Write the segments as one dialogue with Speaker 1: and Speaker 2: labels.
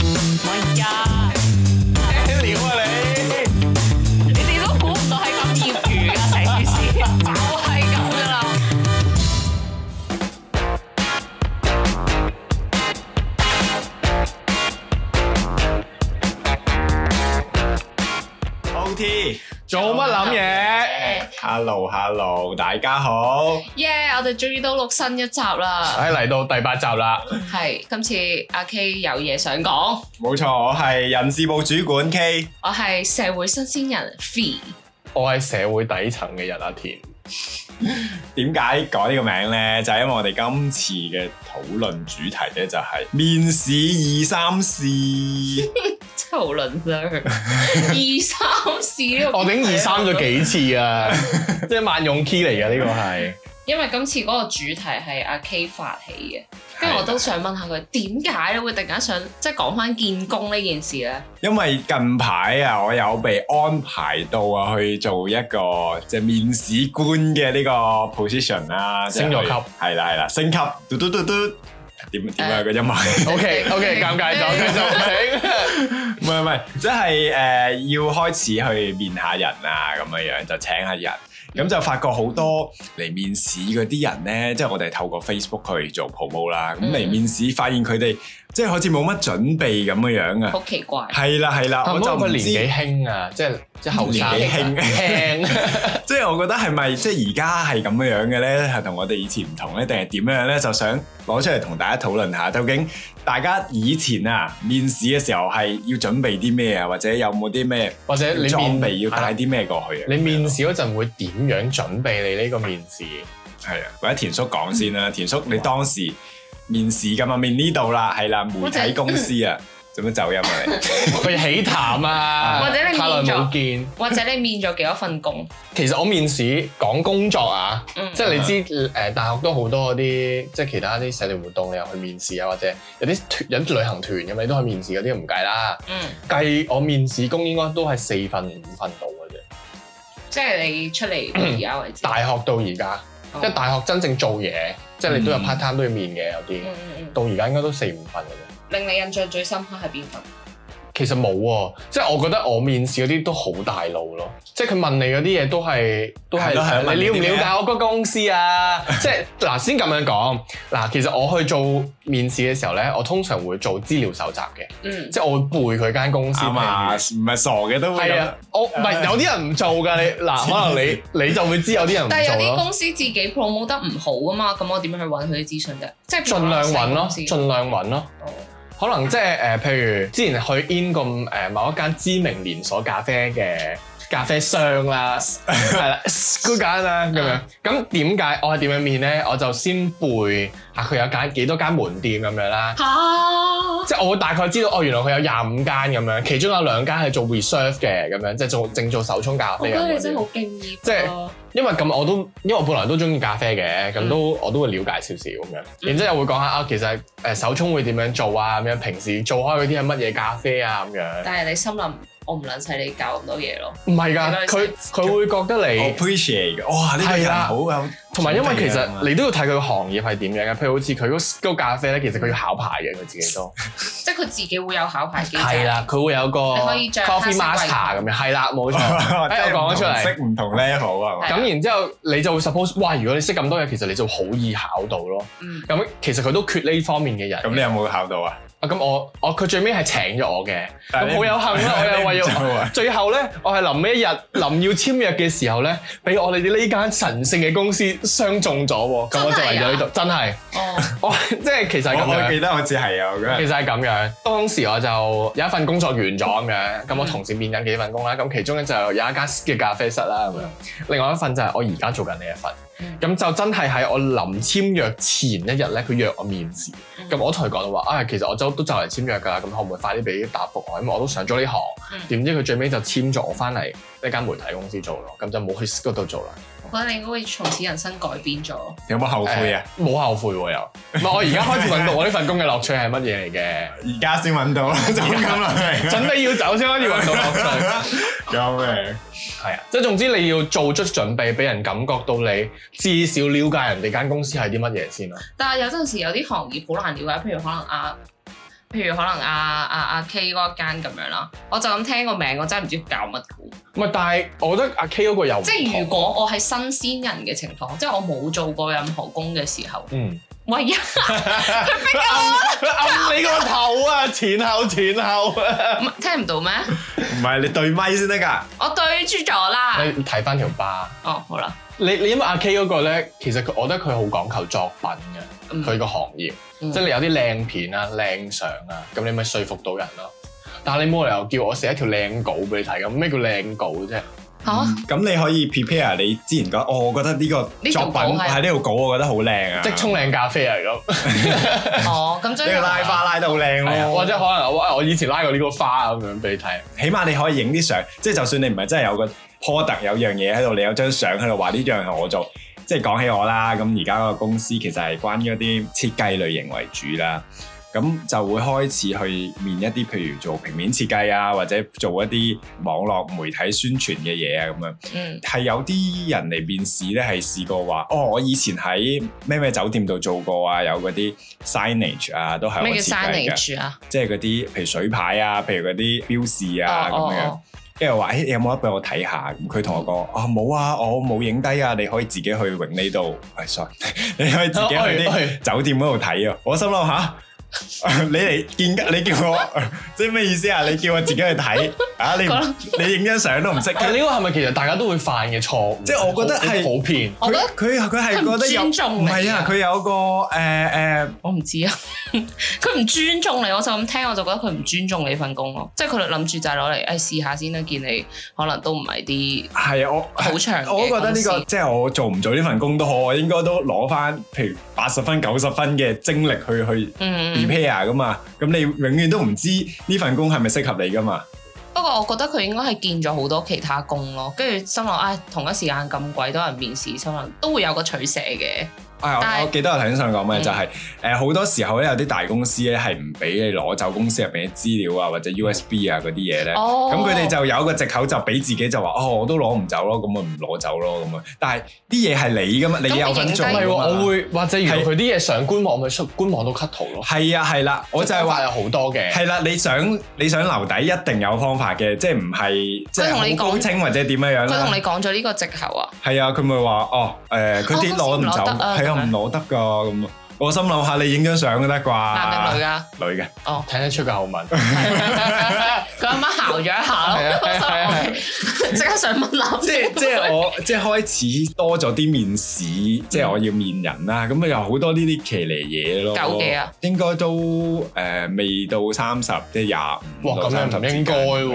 Speaker 1: 而家。
Speaker 2: 咩料啊你？
Speaker 1: 你哋都估唔到係咁業餘㗎，成件事就係咁噶啦。
Speaker 2: OT 做乜諗嘢？Hello Hello，大家好，
Speaker 1: 耶！我哋終於都錄新一集啦，
Speaker 2: 唉嚟到第八集啦，
Speaker 1: 係今次阿 K 有嘢想講，
Speaker 2: 冇錯，我係人事部主管 K，
Speaker 1: 我係社會新鮮人 Fee。
Speaker 3: 我係社會底層嘅人啊阿田，
Speaker 2: 點解改呢個名呢？就係、因為我哋今次嘅討論主題呢，就係面試二三事，
Speaker 1: 討論啦，二三事呢個
Speaker 3: 我頂二三咗
Speaker 1: 幾，
Speaker 3: 幾次啊！ 即係萬用 key 嚟嘅呢個係，
Speaker 1: 因為今次嗰個主題係阿 K 發起嘅，跟住我都想問下佢點解咧會突然間想即係講翻建工呢件事咧？
Speaker 2: 因為近排啊，我有被安排到啊去做一個即係面試官嘅呢個 position 啦，即係
Speaker 3: 升咗
Speaker 2: 去
Speaker 3: 級，
Speaker 2: 係啦係啦，升級，嘟嘟嘟嘟，點點啊個音樂？
Speaker 3: OK OK，尷尬咗，繼續請。
Speaker 2: 唔係唔係，即係誒、呃要開始去面下人啊，咁樣樣就請下人，咁就發覺好多嚟面試嗰啲人咧，即係我哋透過 Facebook 去做 promo 啦，咁
Speaker 1: 嗯
Speaker 2: 嚟面試發現佢哋即係好似冇乜準備咁樣樣啊，
Speaker 1: 好奇怪，
Speaker 2: 係啦係啦，我
Speaker 3: 我就
Speaker 2: 就
Speaker 3: 個
Speaker 2: 唔
Speaker 3: 年
Speaker 2: 知，
Speaker 3: 紀輕啊，即係即係後生
Speaker 2: 年紀輕
Speaker 3: 輕，
Speaker 2: 即係我覺得係咪即係而家係咁樣樣嘅咧，係同我哋以前唔同咧，定係點樣咧？就想攞出嚟同大家討論下，究竟大家以前啊面試嘅時候係要準備啲咩啊，或者有冇啲咩
Speaker 3: 或者你
Speaker 2: 裝備
Speaker 3: 面
Speaker 2: 要帶啲咩過去啊？
Speaker 3: 你面試嗰陣會點樣準備你呢個 面試？
Speaker 2: 係啊，或者田叔講先啦。田叔，你當時面試㗎嘛？面呢度啦，係啦，媒體公司啊，做乜走音啊 你？
Speaker 3: 佢起痰啊，
Speaker 1: 或者你面
Speaker 3: 太耐
Speaker 1: 咗
Speaker 3: 冇見。
Speaker 1: 或者你面咗幾多份工？
Speaker 3: 其實我面試講工作啊，
Speaker 1: 嗯
Speaker 3: 即係你知誒、呃大學都好多嗰啲即係其他啲社團活動，你又去面試啊，或者有啲團有啲旅行團咁，你都去面試嗰啲唔計啦。
Speaker 1: 嗯。
Speaker 3: 計我面試工應該都係四份五份到嘅啫。
Speaker 1: 即係你出 嚟而家為止，
Speaker 3: 大學到而家，
Speaker 1: 哦
Speaker 3: 即係大學真正做嘢，即係你都有
Speaker 2: 嗯
Speaker 3: part time 都要面嘅有啲，
Speaker 1: 嗯嗯嗯，
Speaker 3: 到而家應該都四五份嘅啫。
Speaker 1: 令你印象最深刻係邊份？
Speaker 3: 其實冇喎、即係我覺得我面試嗰啲都好大路咯，即係佢問你嗰啲嘢都係都係
Speaker 2: 係咯係咯問
Speaker 3: 你
Speaker 2: 你
Speaker 3: 了唔
Speaker 2: 啲咩
Speaker 3: 了
Speaker 2: 啊
Speaker 3: 解我個公司啊？ 即係嗱，先咁樣講嗱，其實我去做面試嘅時候咧，我通常會做資料搜集嘅，
Speaker 1: 嗯，
Speaker 3: 即係我會背佢間公司。
Speaker 2: 啱啊，唔
Speaker 3: 譬
Speaker 2: 係傻嘅都
Speaker 3: 如
Speaker 2: 會
Speaker 3: 係
Speaker 2: 有
Speaker 3: 啊。，我唔係有啲人唔做㗎，你嗱，可能你你就會知有啲人唔
Speaker 1: 但係有
Speaker 3: 做
Speaker 1: 啲
Speaker 3: 咯，
Speaker 1: 公司自己 promote 得唔好噶嘛，咁我點樣去揾佢啲資訊啫？即係譬如
Speaker 3: 盡量
Speaker 1: 我細
Speaker 3: 揾咯，
Speaker 1: 公司
Speaker 3: 盡量揾咯。
Speaker 1: 哦
Speaker 3: 可能即係誒，譬如之前去 in 個誒某一間知名連鎖咖啡嘅咖啡商啦，係啦，嗰間啦咁樣。咁點解哦我係點樣面咧？我就先背啊，佢有間幾多間門店咁樣啦。
Speaker 1: 嚇，
Speaker 3: 即係我會大概知道哦，原來佢有廿五間咁樣，其中有兩間係做 reserve 嘅咁樣，即係做正做手沖咖
Speaker 1: 我
Speaker 3: 啡啊
Speaker 1: 覺
Speaker 3: 咁
Speaker 1: 得你真係
Speaker 3: 嗰啲。
Speaker 1: 好敬業，啊
Speaker 3: 即係因為咁我都因為我本來都中意咖啡嘅，
Speaker 1: 嗯
Speaker 3: 咁都、我都會了解少少咁樣，然之後又會講下啊，其實誒手沖會點樣做啊咁樣，平時做開嗰啲係乜嘢咖啡啊咁樣。
Speaker 1: 但係你心諗我唔撚使你教咁多嘢咯，
Speaker 3: 唔係
Speaker 1: 你都
Speaker 3: 㗎，
Speaker 1: 係
Speaker 3: 佢佢會覺得
Speaker 2: 我
Speaker 1: 哦
Speaker 3: 你，
Speaker 2: appreciate 嘅，哇！呢個人
Speaker 3: 係啦
Speaker 2: 好有，
Speaker 3: 同埋因為其
Speaker 2: 準備啊
Speaker 3: 實你都要睇佢個行業係點樣嘅，譬如好似佢嗰嗰個咖啡咧，其實佢要考牌嘅，佢自己都
Speaker 1: 即係佢自己會有考牌機制，
Speaker 3: 係啦，佢會有個
Speaker 1: 你可以着
Speaker 3: coffee
Speaker 1: 黑色
Speaker 3: master 咁樣，係啦，冇錯。
Speaker 1: 啊
Speaker 2: 即係
Speaker 3: 哎我講咗出嚟
Speaker 2: 識唔同 level 啊係嘛
Speaker 1: 係，
Speaker 3: 咁然之後你就會 suppose，哇！如果你識咁多嘢，其實你就好易考到咯。
Speaker 1: 嗯，
Speaker 3: 咁其實佢都缺呢方面嘅人。
Speaker 2: 咁你有冇考到啊？
Speaker 3: 啊，咁我我佢最尾係請咗我嘅，
Speaker 2: 但
Speaker 3: 咁
Speaker 2: 係你
Speaker 3: 好 有幸啦，我又為
Speaker 2: 你唔做啊
Speaker 3: 咗最後咧，我係臨尾 一日臨要簽約嘅時候咧，俾我哋呢間神聖嘅公司相中咗喎，咁我就嚟咗呢度，真係，
Speaker 1: 哦，
Speaker 3: 我即係其實係咁
Speaker 2: 啊我我
Speaker 3: 樣，
Speaker 2: 記得好似係啊，我嗰日
Speaker 3: 其實係咁樣。當時我就有一份工作完咗咁樣，咁我
Speaker 1: 嗯
Speaker 3: 同時面緊幾份工啦，咁其中咧就有一間嘅咖啡室啦咁樣，另外一份就係我而家做緊呢一份。
Speaker 1: 嗯
Speaker 3: 咁就真係喺我臨簽約前一日咧，佢約我面試。
Speaker 1: 嗯
Speaker 3: 咁我同佢講到話，啊、其實我就都就嚟簽約㗎啦，咁可唔可以快啲俾答覆我？因為我都上咗呢行
Speaker 1: 嗯，
Speaker 3: 點、知佢最尾就簽咗我翻嚟呢間媒體公司做咯，咁就冇去嗰度做啦。
Speaker 1: 我覺得你應該會從此人生改變咗，
Speaker 2: 有冇後悔啊？
Speaker 3: 誒冇、後悔喎又，唔係我而家 開始揾到我呢份工嘅樂趣係乜嘢嚟嘅，
Speaker 2: 而家先揾到， 就咁啦，
Speaker 3: 準備要走先開始揾到樂 趣。
Speaker 1: 啊
Speaker 2: 有咩？
Speaker 3: 係啊，即係總之你要做足準備，俾人感覺到你至少了解人哋間公司係啲乜嘢先啦。
Speaker 1: 但係有陣時有啲行業好難了解，譬如可能啊。譬如可能阿阿阿 K 嗰間咁樣啦，我就咁聽個名，我真係唔知佢教乜嘅。
Speaker 3: 唔係，但係我覺得阿 K 嗰個又唔
Speaker 1: 即係如
Speaker 3: 同，
Speaker 1: 果我係新鮮人嘅情況，即係我冇做過任何工嘅時候，
Speaker 3: 嗯，
Speaker 1: 喂呀，
Speaker 3: 佢暗暗你個頭啊，前後前後 啊，
Speaker 1: 唔聽唔到咩？
Speaker 2: 唔係你對咪先得㗎。
Speaker 1: 我對住咗啦。
Speaker 3: 你睇翻條疤。
Speaker 1: 哦，好啦，
Speaker 3: 你你因為阿 K 嗰個咧，其實佢我覺得佢好講求作品嘅，
Speaker 1: 嗯
Speaker 3: 佢個行業，
Speaker 1: 嗯
Speaker 3: 即係你有啲靚片啊、靚相啊，咁你咪說服到人咯。但係你冇理由叫我寫一條靚稿俾你睇咁，咩叫靚稿啫？
Speaker 2: 啊
Speaker 1: 嚇，
Speaker 2: 咁你可以 prepare 你之前覺得，哦，我覺得呢個
Speaker 1: 呢條
Speaker 2: 作
Speaker 1: 稿
Speaker 2: 品
Speaker 1: 係
Speaker 2: 喺呢條稿，我覺得好靚啊，
Speaker 3: 即係沖
Speaker 2: 呢
Speaker 3: 靚咖啡啊咁，
Speaker 1: 哦，咁即
Speaker 2: 個拉
Speaker 1: 係
Speaker 2: 花拉得好靚
Speaker 3: 係啊
Speaker 2: 咯，
Speaker 3: 或者可能我我以前拉過呢個花啊咁樣俾你睇，
Speaker 2: 起碼你可以影啲相，即係就算你唔係真係有個 product 有樣嘢喺度，你有張相喺度話呢樣係我做。即係講起我啦，咁而家個公司其實係關於一啲設計類型為主啦，咁就會開始去面一啲譬如做平面設計啊，或者做一啲網絡媒體宣傳嘅嘢啊咁樣。
Speaker 1: 嗯
Speaker 2: 係有啲人嚟面試咧，係試過話，哦，我以前喺咩咩酒店度做過啊，有嗰啲 signage 啊，都係我
Speaker 1: 咩叫
Speaker 2: 設計嘅，
Speaker 1: signage 啊？
Speaker 2: 即係嗰啲譬如水牌啊，譬如嗰啲標示啊
Speaker 1: 哦
Speaker 2: 咁樣
Speaker 1: 哦。
Speaker 2: 跟住話，誒有冇得俾我睇下？咁佢同我講，啊冇啊，我冇影低啊，你可以自己去泳呢度，係 sorry，你可以自己去
Speaker 3: 哎
Speaker 2: 啲
Speaker 3: 哎
Speaker 2: 酒店嗰度睇啊。我心諗吓， 你嚟見你叫我， 即係咩意思啊？你叫我自己去睇 啊？你唔你影張相都唔識，
Speaker 3: 其實呢個係咪其實大家都會犯嘅錯誤？
Speaker 2: 即係我覺得
Speaker 3: 好
Speaker 2: 係
Speaker 3: 普遍。
Speaker 1: 我覺得
Speaker 2: 佢佢佢係覺得有
Speaker 1: 佢唔尊重
Speaker 2: 唔
Speaker 1: 你
Speaker 2: 係啊，
Speaker 1: 啊
Speaker 2: 佢有個誒誒
Speaker 1: 我唔知啊， 佢唔尊重你，我就咁聽我就覺得佢唔尊重你份工咯，即係佢諗住就係攞嚟，誒、哎試下先啦，見你可能都唔係啲
Speaker 2: 係我
Speaker 1: 好長嘅
Speaker 2: 我覺得呢
Speaker 1: 公
Speaker 2: 個
Speaker 1: 司嗯
Speaker 2: 即係我做唔做呢份工都好，我應該都攞翻譬如八十分九十分嘅精力去去
Speaker 1: 嗯，
Speaker 2: prepare 噶嘛。咁你永遠都唔知呢份工係咪適合你噶嘛？
Speaker 1: 不過我覺得佢應該係見咗好多其他工咯，跟住心諗，唉、同一時間咁鬼多人面試，心諗都會有個取捨嘅，
Speaker 2: 啊！
Speaker 1: 但
Speaker 2: 我
Speaker 1: 係
Speaker 2: 我記得我頭先想講咩
Speaker 1: 嗯
Speaker 2: 就係誒好多時候咧，有啲大公司咧係唔俾你攞走公司入邊嘅資料啊，或者 USB 啊嗰啲嘢咧。
Speaker 1: 哦，
Speaker 2: 咁佢哋就有一個藉口就俾自己就話哦，我都攞唔走咯，咁咪唔攞走咯咁啊！但係啲嘢係你噶嘛，你
Speaker 1: 咁
Speaker 2: 有
Speaker 1: 咪
Speaker 2: 份
Speaker 1: 影低
Speaker 2: 做
Speaker 3: 唔
Speaker 2: 㗎
Speaker 1: 咯
Speaker 2: 嘛
Speaker 3: 係喎，我會或者如
Speaker 2: 係
Speaker 3: 果佢啲嘢上官網咪出官網都 cut 圖咯。
Speaker 2: 係啊，係啦，我就係
Speaker 3: 方法
Speaker 2: 話
Speaker 3: 有好多嘅。
Speaker 2: 係啦，你想你想留底一定有方法嘅，即係唔係即
Speaker 1: 佢同
Speaker 2: 係
Speaker 1: 你
Speaker 2: 好高
Speaker 1: 講
Speaker 2: 清或者點樣樣
Speaker 1: 佢
Speaker 2: 啦
Speaker 1: 同。你講咗呢個藉口啊，
Speaker 2: 係啊，佢咪話哦，誒佢啲攞唔走，
Speaker 1: 哦公司唔攞得啊咁樣
Speaker 2: 係啊唔攞得㗎咁啊。我心諗下，你影張相都得
Speaker 1: 男定女
Speaker 2: 啩？
Speaker 1: 噶？
Speaker 2: 女嘅，
Speaker 1: 哦，
Speaker 3: 睇得出個口吻。
Speaker 1: 佢阿媽姣咗一下
Speaker 3: 係啊
Speaker 1: 咯，
Speaker 3: 係啊係啊係啊
Speaker 1: 我心諗 即刻想問男，
Speaker 2: 即係即係我即係開始多咗啲面試，
Speaker 1: 嗯
Speaker 2: 即係我要面人啦。咁啊有好多呢啲騎呢嘢咯。
Speaker 1: 九幾啊？
Speaker 2: 應該都誒未到三十，即係廿
Speaker 3: 哇，
Speaker 2: 五到
Speaker 3: 咁
Speaker 2: 三
Speaker 3: 樣
Speaker 2: 十
Speaker 3: 唔應該喎。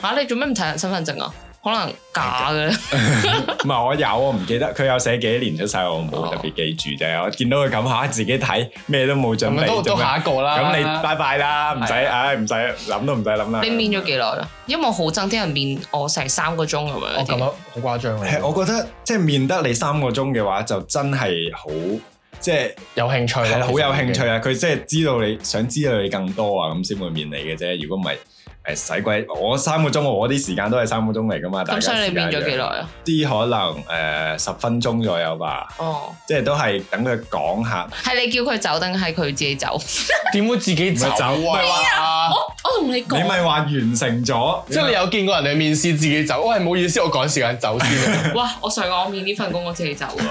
Speaker 1: 嚇你做咩唔睇人身份證啊？可能假嘅咧，
Speaker 2: 唔係我有，我唔記得佢有寫幾年出世，我冇特別記住啫。我見到佢咁下，自己睇咩都冇準
Speaker 3: 咁
Speaker 2: 備，
Speaker 3: 都
Speaker 2: 做
Speaker 3: 都
Speaker 2: 咩
Speaker 3: 下一個啦。
Speaker 2: 咁你拜拜啦，唔使
Speaker 3: 係
Speaker 2: 唉，唔使諗都唔使諗啦。
Speaker 1: 你面咗幾耐啦？因為我好憎啲人面我成三個鐘咁
Speaker 3: 我
Speaker 2: 哦
Speaker 3: 咁
Speaker 1: 樣。
Speaker 2: 啊
Speaker 3: 樣好誇張
Speaker 2: 係
Speaker 3: 喎。
Speaker 2: 我覺得即係面得你三個鐘嘅話，就真係好即係
Speaker 3: 有興趣
Speaker 2: 係
Speaker 3: 啦，
Speaker 2: 啦好有興趣
Speaker 3: 其實已經。
Speaker 2: 啊！佢即係知道你想知道你更多啊，咁先會面你嘅啫。如果唔係誒使鬼，我三個鐘我啲時間都係三個鐘嚟噶嘛。大家
Speaker 1: 咁所以你面咗幾耐啊？
Speaker 2: 啲可能誒十分鐘左右吧，
Speaker 1: 哦，
Speaker 2: 即係都係等佢講下。
Speaker 1: 係你叫佢走定係佢自己走？
Speaker 3: 點會自己走
Speaker 2: 唔係走唔係
Speaker 3: 啊？
Speaker 1: 哦我同你
Speaker 2: 你咪
Speaker 1: 講，
Speaker 2: 話完成咗，
Speaker 3: 即係你有見過人哋面試自己走？喂，唔好意思，我趕時間走先 啊。
Speaker 1: 哇！我上個我面呢份工，我自己走咯。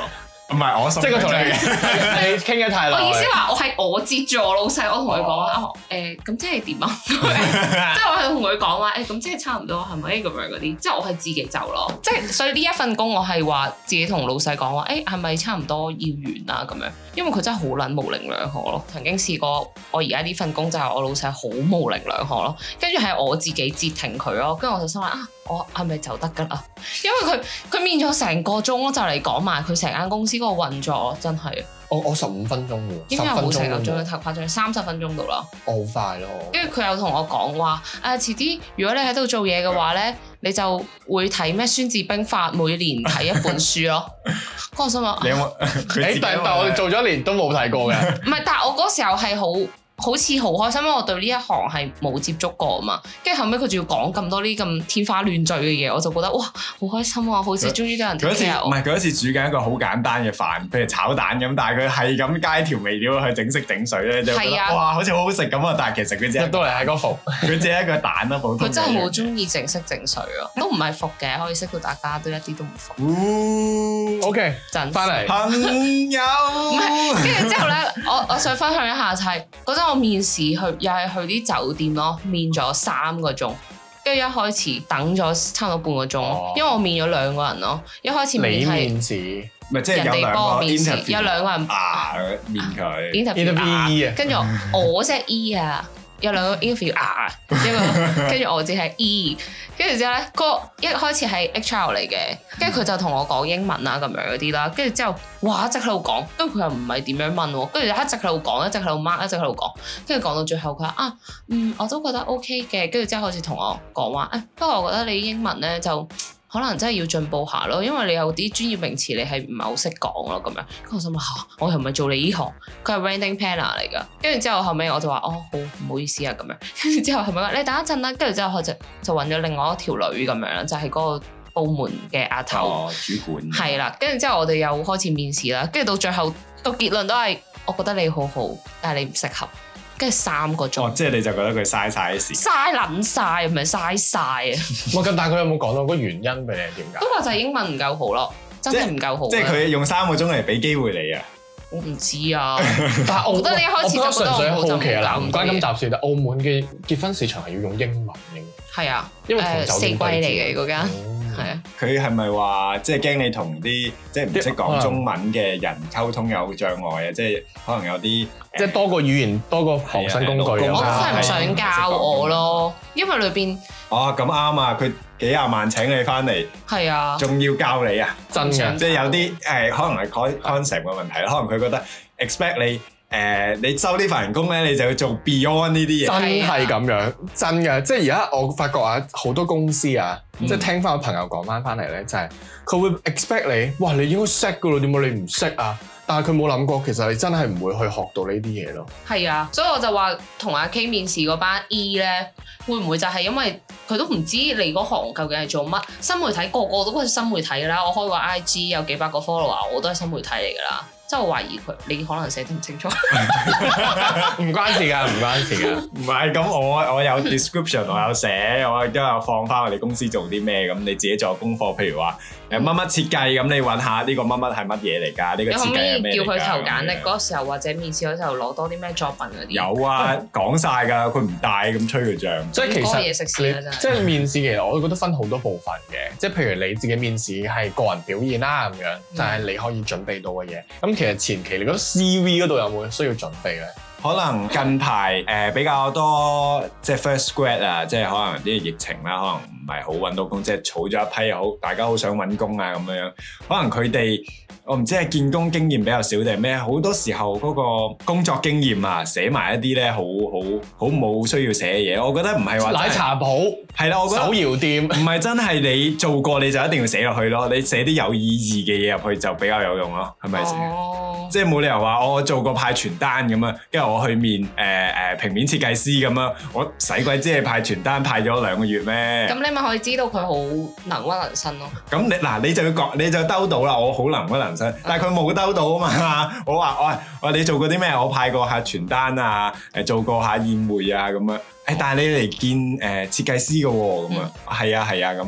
Speaker 2: 唔係我心
Speaker 3: 即係佢同你 你傾得太耐。
Speaker 1: 我意思話，我係我接住我老細，我同佢講話，哦，誒，咁即係 點啊？即係我係同佢講話，誒，咁即係差唔多係咪咁樣嗰啲？即係我係自己走咯。即係所以呢一份工，我係話自己同老細講話，誒，係咪差唔多要完啦咁樣？因為佢真係好撚模棱兩可咯。曾經試過，我而家呢份工就係我老細好模棱兩可咯。跟住係我自己截停佢咯。跟住我就心諗啊，我係咪就得㗎啦？因為佢佢面咗成個鐘咯，就嚟講埋佢成間公司嗰個運作，真係。
Speaker 3: 我我十五分鐘喎，
Speaker 1: 應
Speaker 3: 十
Speaker 1: 該係冇成
Speaker 3: 分
Speaker 1: 個
Speaker 3: 鐘
Speaker 1: 鐘
Speaker 3: 喎
Speaker 1: 頭誇張，三十分鐘到啦。
Speaker 3: 我好快咯。
Speaker 1: 跟住佢又同我講話，誒、遲啲如果你喺度做嘢嘅話咧，你就會睇咩《孫子兵法》，每年睇一本書咯。嗰我心諗，
Speaker 2: 你
Speaker 1: 啊
Speaker 2: 有冇？佢自
Speaker 3: 誒
Speaker 2: 己，
Speaker 3: 但
Speaker 2: 話
Speaker 3: 但我哋做咗一年都冇睇過嘅。
Speaker 1: 唔係，但係我嗰時候係好好似好開心，因為我對呢一行係冇接觸過啊嘛。跟住後尾佢仲要講咁多呢咁天花亂墜嘅嘢，我就覺得哇，好開心啊！好似終於都有人啊
Speaker 2: 佢一次
Speaker 1: care
Speaker 2: 唔
Speaker 1: 我。
Speaker 2: 係佢一次煮緊一個好簡單嘅飯，譬如炒蛋咁，但係佢係咁加調味料去整色整水咧，就覺得
Speaker 1: 係啊
Speaker 2: 哇好似好好食咁啊！但係其實佢只
Speaker 3: 入
Speaker 2: 係
Speaker 3: 到嚟係 嗰幅，
Speaker 2: 佢只係一個蛋啦，普通
Speaker 1: 佢
Speaker 2: 嘅
Speaker 1: 真係好中意整色整水咯，啊都唔係服嘅，可以識到大家都一啲都唔服。
Speaker 2: 哦
Speaker 3: OK，
Speaker 1: 真
Speaker 3: 翻嚟
Speaker 2: 朋友
Speaker 1: 唔係，跟住之後咧，我我想分享一下就係嗰陣我面試去，又係去啲酒店咯，面咗三個鐘，跟住一開始等咗差唔多半個鐘，
Speaker 3: 哦
Speaker 1: 因為我面咗兩個人咯，一開始
Speaker 3: 你
Speaker 1: 面係
Speaker 3: 面試
Speaker 2: 唔係即係
Speaker 1: 人
Speaker 2: 有
Speaker 1: 哋
Speaker 2: 兩
Speaker 1: 幫我
Speaker 2: 個
Speaker 1: 面試，
Speaker 2: interview
Speaker 1: 有兩個人
Speaker 2: 啊面佢
Speaker 1: interview 啊
Speaker 3: interview 啊，
Speaker 1: 跟住我 我隻 E 啊，有兩個 interview 啊，一個跟住我只係 E，跟住之後咧，個一開始係 HR 嚟嘅，跟住佢就同我講英文啊咁樣嗰啲啦，跟住之後哇一直喺度講，跟住佢又唔係點樣問喎，跟住就一直喺度講，一直喺度 mark，一直喺度講，跟住講到最後佢話啊嗯我都覺得 OK 嘅，跟住之後開始同我講話，誒、啊不過我覺得你英文咧就。可能真係要進步下咯，因為你有啲專業名詞你係唔係好識講咯咁樣。跟住我心諗嚇、我又唔係做你呢行，佢係 rending planner 嚟㗎。跟住之後後尾我就話哦好唔好意思啊咁樣。跟住之後後尾話你等一陣啦，啊跟住之後我就就揾咗另外一條女咁樣啦，就係、嗰個部門嘅阿頭。
Speaker 2: 哦主管
Speaker 1: 係啦，跟住之後我哋又開始面試啦，跟住到最後個結論都係我覺得你好好，但係你唔適合。跟住三個
Speaker 2: 哦
Speaker 1: 鐘，
Speaker 2: 即係你就覺得佢嘥晒啲時間
Speaker 1: 嘥撚晒，唔係嘥晒 啊！
Speaker 3: 我咁但係佢有冇講到個原因俾你點解
Speaker 1: 不？過就係英文唔夠好咯，真係唔夠好啊。
Speaker 2: 即係佢用三個鐘嚟俾機會你啊！
Speaker 1: 我唔知 啊，
Speaker 3: 但係我
Speaker 1: 我覺得你一開始就覺
Speaker 3: 我
Speaker 1: 得
Speaker 3: 純粹
Speaker 1: 我冇就
Speaker 3: 好奇啊，嗱，
Speaker 1: 冇
Speaker 3: 唔關今集事，但澳門嘅結婚市場係要用英文嘅，
Speaker 1: 係啊，
Speaker 3: 因為同
Speaker 1: 誒
Speaker 3: 酒
Speaker 1: 四季
Speaker 3: 店
Speaker 1: 嚟嘅嗰間，
Speaker 3: 哦間
Speaker 1: 係啊，
Speaker 2: 佢係咪話即係驚你同啲即係唔識講中文嘅人溝通有障礙啊？即係可能有啲
Speaker 3: 即係多個語言多個防身工具
Speaker 2: 係
Speaker 1: 我
Speaker 2: 啊
Speaker 1: 都係
Speaker 2: 係啊
Speaker 1: 唔
Speaker 2: 係
Speaker 1: 想教我咯，因為裏邊
Speaker 2: 哦咁啱啊！佢幾廿萬請你翻嚟，
Speaker 1: 係啊，
Speaker 2: 仲要教你啊！
Speaker 3: 真嘅。
Speaker 2: 即係有啲誒，可能係 con- concept 嘅問題啦，可能佢覺得 expect 你誒，你收呢份人工咧，你就要做 beyond 呢啲嘢。
Speaker 3: 真係咁
Speaker 1: 啊
Speaker 3: 樣，真嘅，即係而家我發覺啊，好多公司啊，
Speaker 1: 嗯
Speaker 3: 即係聽翻我朋友講翻翻嚟咧，就係、佢會 expect 你，哇，你應該識噶咯，點解你唔識啊？但係佢冇諗過，其實你真係唔會去學到呢啲嘢咯。
Speaker 1: 係啊，所以我就話同阿 K 面試嗰班 E 咧，會唔會就係因為佢都唔知你嗰行究竟係做乜？新媒體個個都係新媒體㗎啦，我開個 IG 有幾百個 follower，我都係新媒體嚟㗎啦，即係我懷疑佢你可能寫得唔清楚，
Speaker 3: 唔關事㗎，唔關 事㗎。
Speaker 2: 唔係咁，我我有 description，我有 寫，我亦都有放翻我哋公司做啲咩咁，你自己做功課。譬如話誒乜乜設計，咁你揾下呢個乜乜係乜嘢嚟㗎？呢個
Speaker 1: 你可唔
Speaker 2: 設
Speaker 1: 可
Speaker 2: 計係
Speaker 1: 以
Speaker 2: 咩
Speaker 1: 叫
Speaker 2: 嚟㗎
Speaker 1: 佢投簡歷
Speaker 2: 咁樣
Speaker 1: 嗰時候或者面試嗰時候攞多啲咩作品嗰啲？
Speaker 2: 有啊，講晒㗎，佢唔帶咁吹佢漲。
Speaker 3: 即係其
Speaker 1: 嗰個
Speaker 3: 實
Speaker 1: 嘢食屎啦真係
Speaker 3: 即係面試，其實我覺得分好多部分嘅。即係譬如你自己面試係個人表現啦咁樣，
Speaker 1: 嗯
Speaker 3: 就係你可以準備到嘅嘢。咁其實前期你覺得 CV 嗰度有冇需要準備咧？
Speaker 2: 可能近排誒、呃比較多即係 first grad 啊，即係可能啲疫情啦，可能唔係好揾到工，即係儲咗一批好，大家好想揾工啊咁樣樣。可能佢哋我唔知係見工經驗比較少定係咩，好多時候嗰個工作經驗啊，寫埋一啲咧好好好冇需要寫嘅嘢。我覺得唔係話真係
Speaker 3: 奶茶鋪、
Speaker 2: 係啦，我覺得
Speaker 3: 手 搖店。
Speaker 2: 唔係真係你做過你就一定要寫落去咯，你寫啲有意義嘅嘢入去就比較有用咯，係咪先？
Speaker 1: 哦，
Speaker 2: 即係冇理由話我做過派傳單咁啊，跟住我去面誒誒、呃平面設計師咁啊，我使鬼知你派傳單派咗兩個月咩？
Speaker 1: 咁你咪可以知道佢好能屈能伸咯。
Speaker 2: 咁你嗱你就要講，你就兜到啦，我好能屈能伸，但係佢冇兜到啊嘛。 我話喂我話你做過啲咩？我派過下傳單啊，誒做過下宴會啊咁樣。誒但係你嚟見誒、呃、設計師嘅喎咁啊，係啊係啊咁。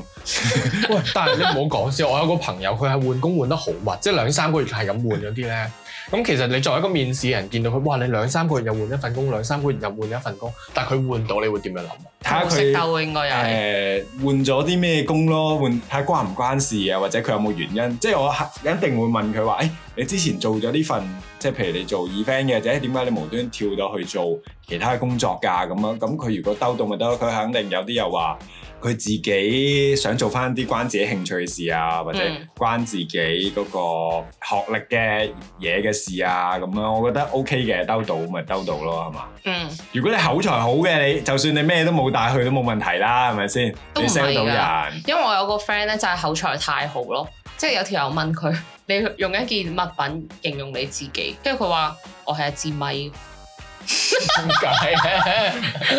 Speaker 3: 喂，但係你唔好講笑，我有個朋友佢係換工換得好密，即係兩三個月係咁換嗰啲咧。咁其實你作為一個面試人，見到佢，哇！你兩三個月又換一份工，兩三個月又換一份工，但係佢換到，你會點樣諗？啊
Speaker 2: 睇下
Speaker 1: 冇食
Speaker 2: 佢
Speaker 1: 鬥應該
Speaker 2: 誒、
Speaker 1: 又係。
Speaker 2: 換咗啲咩工咯，換睇下關唔關事啊，或者佢有冇原因？即係我係一定會問佢話：，誒、你之前做咗呢份，即係譬如你做 event 嘅，或者點解你無端跳到去做其他嘅工作㗎？咁樣咁佢如果兜到咪得咯，佢肯定有啲又話佢自己想做翻啲關自己興趣嘅事啊，或者
Speaker 1: 嗯
Speaker 2: 關自己嗰個學歷嘅嘢嘅事啊，咁樣我覺得 OK 嘅，兜到咪兜到咯，係嘛？
Speaker 1: 嗯，
Speaker 2: 如果你口才好嘅，你就算你咩都冇帶去都冇問題啦，係咪先？
Speaker 1: 都
Speaker 2: 你
Speaker 1: 唔係
Speaker 2: sell 到
Speaker 1: 㗎
Speaker 2: 人，
Speaker 1: 因為我有個 friend 咧就係口才太好咯，即係有條友問佢， 你用一件物品形容你自己，跟住佢話我係一支咪，
Speaker 3: 點解咧？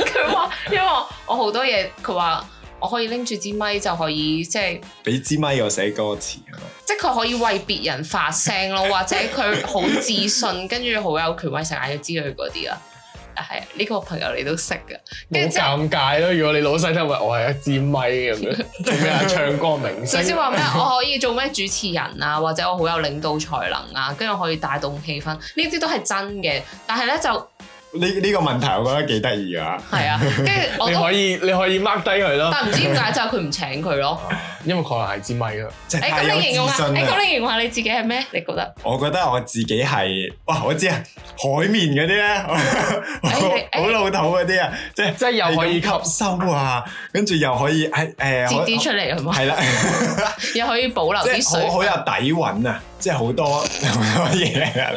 Speaker 1: 佢話因為我好多嘢，佢話我可以拎住支咪就可以即係。
Speaker 2: 俾支咪我寫歌詞啊係咪
Speaker 1: 即係佢可以為別人發聲咯， 或者佢好自信，跟住好有權威性，嗌咗之類嗰啲啦。但係呢個朋友你都識嘅，跟
Speaker 3: 冇
Speaker 1: 住之後
Speaker 3: 尷尬咯！如果你老細都話我係一支咪咁樣， 做咩啊？唱歌明星
Speaker 1: 首先話咩？ 我可以做咩主持人啊，或者我好有領導才能啊，跟住可以帶動氣氛，呢啲都係真嘅。但係咧就
Speaker 2: 呢呢個問題我覺得幾得意㗎。
Speaker 1: 係啊，跟住我
Speaker 3: 你
Speaker 1: 都
Speaker 3: 可，以你可以 mark 低佢咯，
Speaker 1: 但唔知點解就係佢唔請佢咯。
Speaker 3: 因為可能係支咪咯。
Speaker 2: 即係
Speaker 1: 誒
Speaker 2: 太
Speaker 1: 咁
Speaker 2: 有
Speaker 1: 你
Speaker 2: 自
Speaker 1: 形容下，啊誒
Speaker 2: 信啊啦
Speaker 1: 咁！你形容下你自己係咩？你覺得？
Speaker 2: 我覺得我自己係，哇！我知啊，海綿嗰啲咧，
Speaker 1: 哎
Speaker 2: 好好老土嗰啲啊，即係
Speaker 3: 即係又可以吸
Speaker 2: 係咁吸收啊，跟住又可以誒誒，
Speaker 1: 截
Speaker 2: 可
Speaker 1: 啲出嚟係嘛？
Speaker 2: 係啦，
Speaker 1: 又可以保留
Speaker 2: 即
Speaker 1: 啲
Speaker 2: 係好好
Speaker 1: 水。
Speaker 2: 有底韻啊，即係好多 好多嘢啊。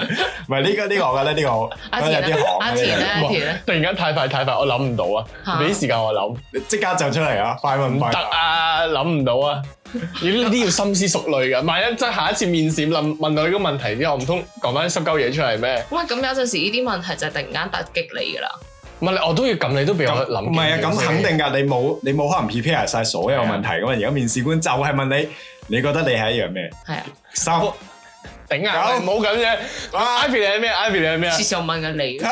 Speaker 2: 唔係呢個呢個，我覺得呢
Speaker 1: 阿
Speaker 2: 個都有
Speaker 1: 田
Speaker 2: 啲
Speaker 1: 咧，
Speaker 2: 行
Speaker 1: 阿
Speaker 2: 嘅
Speaker 1: 田啊
Speaker 2: 呢
Speaker 1: 咧，阿田咧，
Speaker 3: 突然間太快太快，我諗唔到
Speaker 1: 嚇
Speaker 3: 啊！俾啲時間我諗，
Speaker 2: 樣，即刻就出嚟啊！快問
Speaker 3: 唔
Speaker 2: 快
Speaker 3: 得
Speaker 2: 答，
Speaker 3: 啊，諗唔到啊！你呢啲要深思熟慮噶，萬一真係下一次面試問問到呢個問題之後，唔通講翻啲濕鳩嘢出嚟咩？
Speaker 1: 喂，咁有陣時呢啲問題就係突然間突擊你㗎啦。
Speaker 3: 唔係我都要撳你，都俾我諗。
Speaker 2: 唔係啊，咁肯定㗎，你冇你冇可能 prepare 晒所有問題㗎嘛。而家面試官就係問你，你覺得你係一樣咩？
Speaker 1: 係啊，
Speaker 2: 三
Speaker 3: 頂啊！
Speaker 2: 有
Speaker 3: 唔好咁樣。
Speaker 2: 啊
Speaker 3: Ivy 你係咩？Ivy 你係咩啊
Speaker 1: 事？實問緊你
Speaker 2: 七。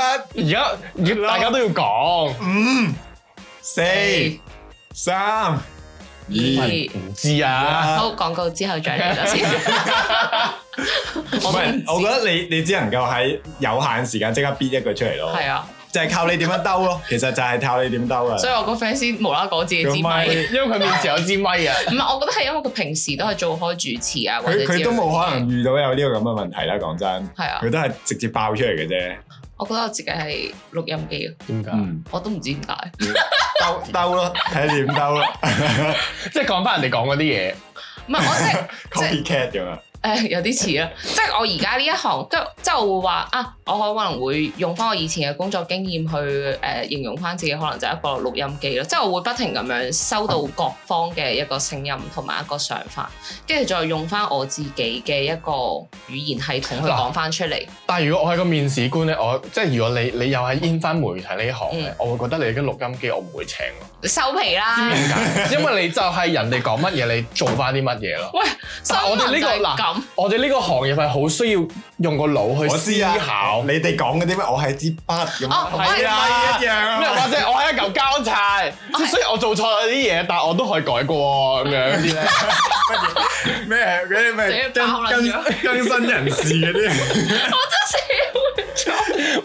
Speaker 3: 而家而家大家都要講，
Speaker 2: 五四
Speaker 1: 誒
Speaker 2: 三二一，
Speaker 1: 二
Speaker 3: 唔知啊。
Speaker 1: 好廣告之後再嚟啦 先。
Speaker 2: 唔
Speaker 1: 我
Speaker 2: 係，
Speaker 1: 都
Speaker 2: 我
Speaker 1: 唔
Speaker 2: 覺得你你只能夠喺有限時間即刻逼一句出嚟咯
Speaker 1: 知。係啊，
Speaker 2: 就係靠你點樣兜咯， 其實就係靠你點兜啊。
Speaker 1: 所以我個 fans 先無啦啦講自己支咪。
Speaker 2: 個咪
Speaker 1: 唔
Speaker 3: 因為佢面前有支咪啊，
Speaker 1: 係，我覺得係因為佢平時都係做開主持啊，或者
Speaker 2: 佢佢
Speaker 1: 之類
Speaker 2: 都冇可能
Speaker 1: 嘅
Speaker 2: 遇到有呢個咁嘅問題啦，講真，
Speaker 1: 嘢。係啊，
Speaker 2: 佢都係直接爆出嚟嘅啫。
Speaker 1: 我覺得我自己係錄音機，啊
Speaker 3: 點解？
Speaker 2: 嗯，
Speaker 1: 我都唔知點解。
Speaker 2: 兜兜咯，睇你點兜咯
Speaker 3: 即係講翻人哋講嗰啲嘢，
Speaker 1: 唔係我即係。
Speaker 2: ，copycat 咁啊。
Speaker 1: 誒、 有啲似啦，即係我而家呢一行，即即係我會話啊，我可能會用翻我以前嘅工作經驗去誒、形容翻自己，可能就係一個錄音機咯，即係我會不停咁樣收到各方嘅一個聲音同埋一個想法，跟住再用翻我自己嘅一個語言系統去講翻出嚟。
Speaker 3: 但係如果我係個面試官咧，我即係如果你你又係煙翻媒體呢行
Speaker 1: 嗯
Speaker 3: 咧，我會覺得你嘅錄音機我唔會請咯，
Speaker 1: 收皮啦，
Speaker 3: 點解？因為你就係人哋講乜嘢，你做翻啲乜嘢咯。
Speaker 1: 喂， 新
Speaker 3: 但係我哋
Speaker 1: 聞
Speaker 3: 呢
Speaker 1: 就
Speaker 3: 個
Speaker 1: 係
Speaker 3: 嗱
Speaker 1: 咁，
Speaker 3: 我哋呢個行業係好需要用個腦去
Speaker 2: 我
Speaker 3: 思
Speaker 2: 知啊，
Speaker 3: 考，
Speaker 2: 你哋講嗰啲咩？我係支筆咁
Speaker 1: 哦
Speaker 2: 啊，
Speaker 1: 我係
Speaker 2: 啊，一樣
Speaker 3: 咩
Speaker 2: 啊。
Speaker 3: 或者我係一嚿膠 柴，
Speaker 1: 我係
Speaker 3: 雖然我做錯咗啲嘢，但我都可以改過咁樣嗰啲咧。
Speaker 2: 咩嗰啲咩
Speaker 1: 死啦爆啦
Speaker 2: 更
Speaker 1: 咗
Speaker 2: 更新人士嗰 啲，
Speaker 1: 我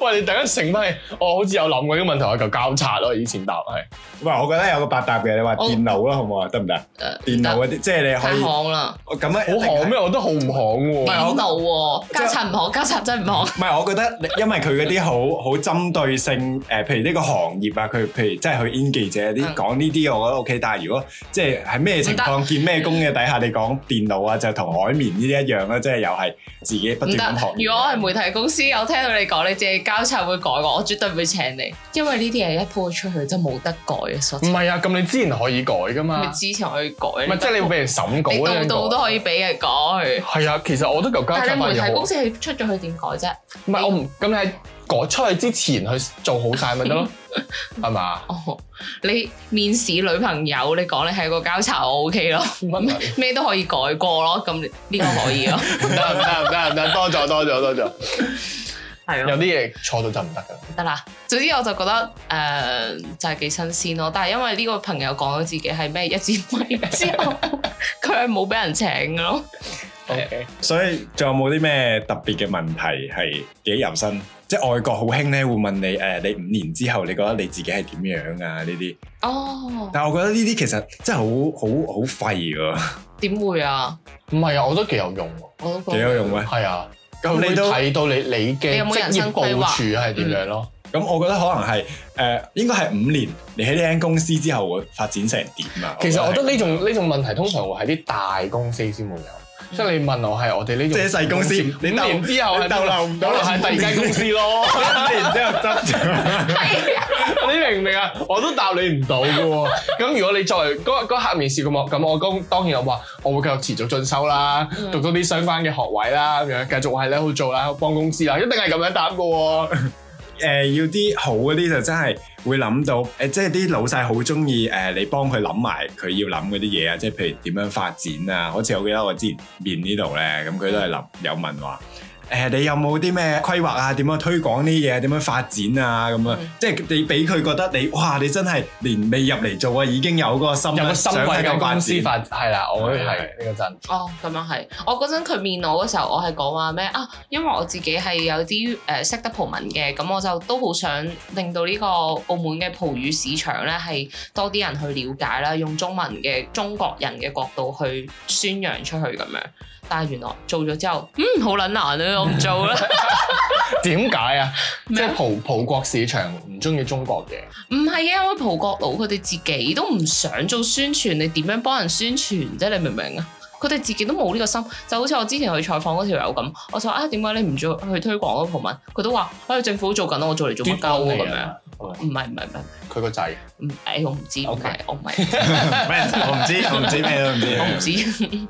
Speaker 3: 喂，你突然間醒翻起，我好似有諗過呢個問題，我嚿交叉咯，以前答係。
Speaker 2: 唔係我覺得有個百搭嘅，你話
Speaker 1: 我
Speaker 2: 電腦啦，好唔好啊？得唔得？
Speaker 1: 真
Speaker 2: 電
Speaker 1: 係誒
Speaker 2: 腦嗰啲，即係你可
Speaker 1: 太
Speaker 2: 以
Speaker 1: 行啦，
Speaker 2: 我咁啊，
Speaker 3: 好行咩？我都好唔行
Speaker 2: 係
Speaker 3: 喎。
Speaker 1: 電
Speaker 2: 我
Speaker 1: 腦喎，家產唔好，家產真唔好。
Speaker 2: 唔係，我覺得你因為佢嗰啲好好針對性，誒、譬如呢個行業啊，佢譬如即係去 in 記者啲
Speaker 1: 嗯
Speaker 2: 講呢啲，我覺得 OK。但係如果即係喺咩情況見咩工嘅底下，你講電腦啊，就同海綿呢啲一樣啦，即係又係自己不
Speaker 1: 唔
Speaker 2: 斷
Speaker 1: 得
Speaker 2: 咁學！嘢。
Speaker 1: 如果我係媒體公司，有聽到你講你自己交叉會改我，我絕對唔會請你，因為呢啲嘢一鋪出去真係冇得改嘅，所
Speaker 3: 唔
Speaker 1: 以
Speaker 3: 係啊，咁你之前可以改
Speaker 1: 咪
Speaker 3: 噶嘛？
Speaker 1: 之前可以改。
Speaker 3: 唔係即係你會俾人審稿
Speaker 1: 你
Speaker 3: 嗰
Speaker 1: 到
Speaker 3: 陣
Speaker 1: 到都
Speaker 3: 改
Speaker 1: 可以俾人改，
Speaker 3: 係啊，其實我都嚿交
Speaker 1: 但係
Speaker 3: 叉
Speaker 1: 你
Speaker 3: 翻
Speaker 1: 媒體
Speaker 3: 咗
Speaker 1: 公。司係出咗去點改啫？
Speaker 3: 唔係我唔咁你喺改出去之前去做好晒咪 得咯，係嘛？
Speaker 1: 哦，你面試女朋友，你講你係個交叉，我 OK 咯，
Speaker 3: 乜嚟
Speaker 1: 咩都可以改過咯，咁呢個可 以咯，
Speaker 3: 唔得唔得唔得唔得，多咗多咗多咗，
Speaker 1: 係啊
Speaker 3: 有啲嘢錯到就唔得噶。
Speaker 1: 得啦。總之我就覺得誒、呃就係、幾新鮮咯。但係因為呢個朋友講咗自己係咩一支咪之後， 佢係冇俾人請嘅咯。
Speaker 3: OK，
Speaker 2: 所以仲有冇啲咩特別嘅問題係記憶猶新？即係外國好興咧，會問你誒、你五年之後你覺得你自己係點樣啊？呢啲，
Speaker 1: 哦，
Speaker 2: 但係我覺得呢啲其實真係好好好廢㗎，
Speaker 1: 點會啊？
Speaker 3: 唔係啊，我都幾有用喎。
Speaker 1: 我都
Speaker 2: 幾
Speaker 1: 覺
Speaker 2: 有
Speaker 1: 得。
Speaker 2: 用嘅。
Speaker 3: 係啊，佢
Speaker 2: 咁
Speaker 3: 會
Speaker 2: 你都。
Speaker 3: 睇到你你
Speaker 1: 你
Speaker 3: 嘅
Speaker 1: 有冇
Speaker 3: 職
Speaker 1: 人
Speaker 3: 業
Speaker 1: 生
Speaker 3: 部
Speaker 1: 規劃
Speaker 3: 署係點樣咯？
Speaker 2: 咁我覺得可能係誒、呃，應該係五年，你喺呢間公司之後會發展成點啊？
Speaker 3: 其實我覺
Speaker 2: 係
Speaker 3: 得呢種呢種問題通常會喺啲大公司先會有，即係你問我係我哋呢種
Speaker 2: 嗯即係細公司
Speaker 3: 五
Speaker 2: 你鬥
Speaker 3: 年之後係
Speaker 2: 你逗留唔到
Speaker 3: 可能係第二間公 司咯。
Speaker 2: 五年之後執咗，
Speaker 3: 你明唔明啊？我都答你唔到嘅喎。咁如果你作為嗰嗰刻面試嘅我，咁我當當然我話我會繼續持續進修啦，
Speaker 1: 嗯
Speaker 3: 讀到啲
Speaker 2: 啊
Speaker 3: 相關嘅學位啦，咁樣繼續係咧好做啦，幫公司啦，一定係咁樣答嘅喎。
Speaker 2: 誒要啲好嗰啲就真係會諗到誒，即係啲老細好中意誒，你幫佢諗埋佢要諗嗰啲嘢啊，即係譬如點樣發展啊。好似我記得我之前面呢度咧，咁佢都係諗有問話誒、你有冇啲咩規劃啊？點樣推廣呢啲嘢？點樣發展啊？咁啊，
Speaker 1: 嗯
Speaker 2: 即係你俾佢覺得你哇，你真係連未入嚟做啊，已經有嗰個心啦，
Speaker 3: 有個心
Speaker 2: 想
Speaker 3: 貴
Speaker 2: 喺
Speaker 3: 嘅
Speaker 2: 度發
Speaker 3: 公司
Speaker 2: 展。
Speaker 3: 法係啦，我覺得係呢個真。
Speaker 1: 哦，咁樣係。我嗰陣佢面我嗰時候，我係講話咩啊？因為我自己係有啲誒、呃、識得葡文嘅，咁我就都好想令到呢個澳門嘅葡語市場咧係多啲人去了解啦，用中文嘅中國人嘅角度去宣揚出去咁樣。但係原來做咗之後，嗯，好撚難啊！我唔做啦。
Speaker 3: 點解啊？即
Speaker 1: 咩啊
Speaker 3: 係葡葡國市場唔中意中國嘅，
Speaker 1: 唔係嘅，因為葡國佬佢哋自己都唔想做宣傳，你點樣幫人宣傳啫？你明唔明啊？佢哋自己都冇呢個心，就好似我之前去採訪嗰條友咁，我就話啊點解你唔做去推廣嗰個葡文？佢都話啊政府做緊啦，我做嚟做乜鳩啊咁樣？
Speaker 3: 樣。
Speaker 1: 唔係唔係唔係，
Speaker 3: 佢個仔
Speaker 1: 唔誒我唔知，唔
Speaker 3: OK
Speaker 1: 係我唔係
Speaker 2: 咩？ 我唔知，我唔知咩都唔知。
Speaker 1: 我唔 知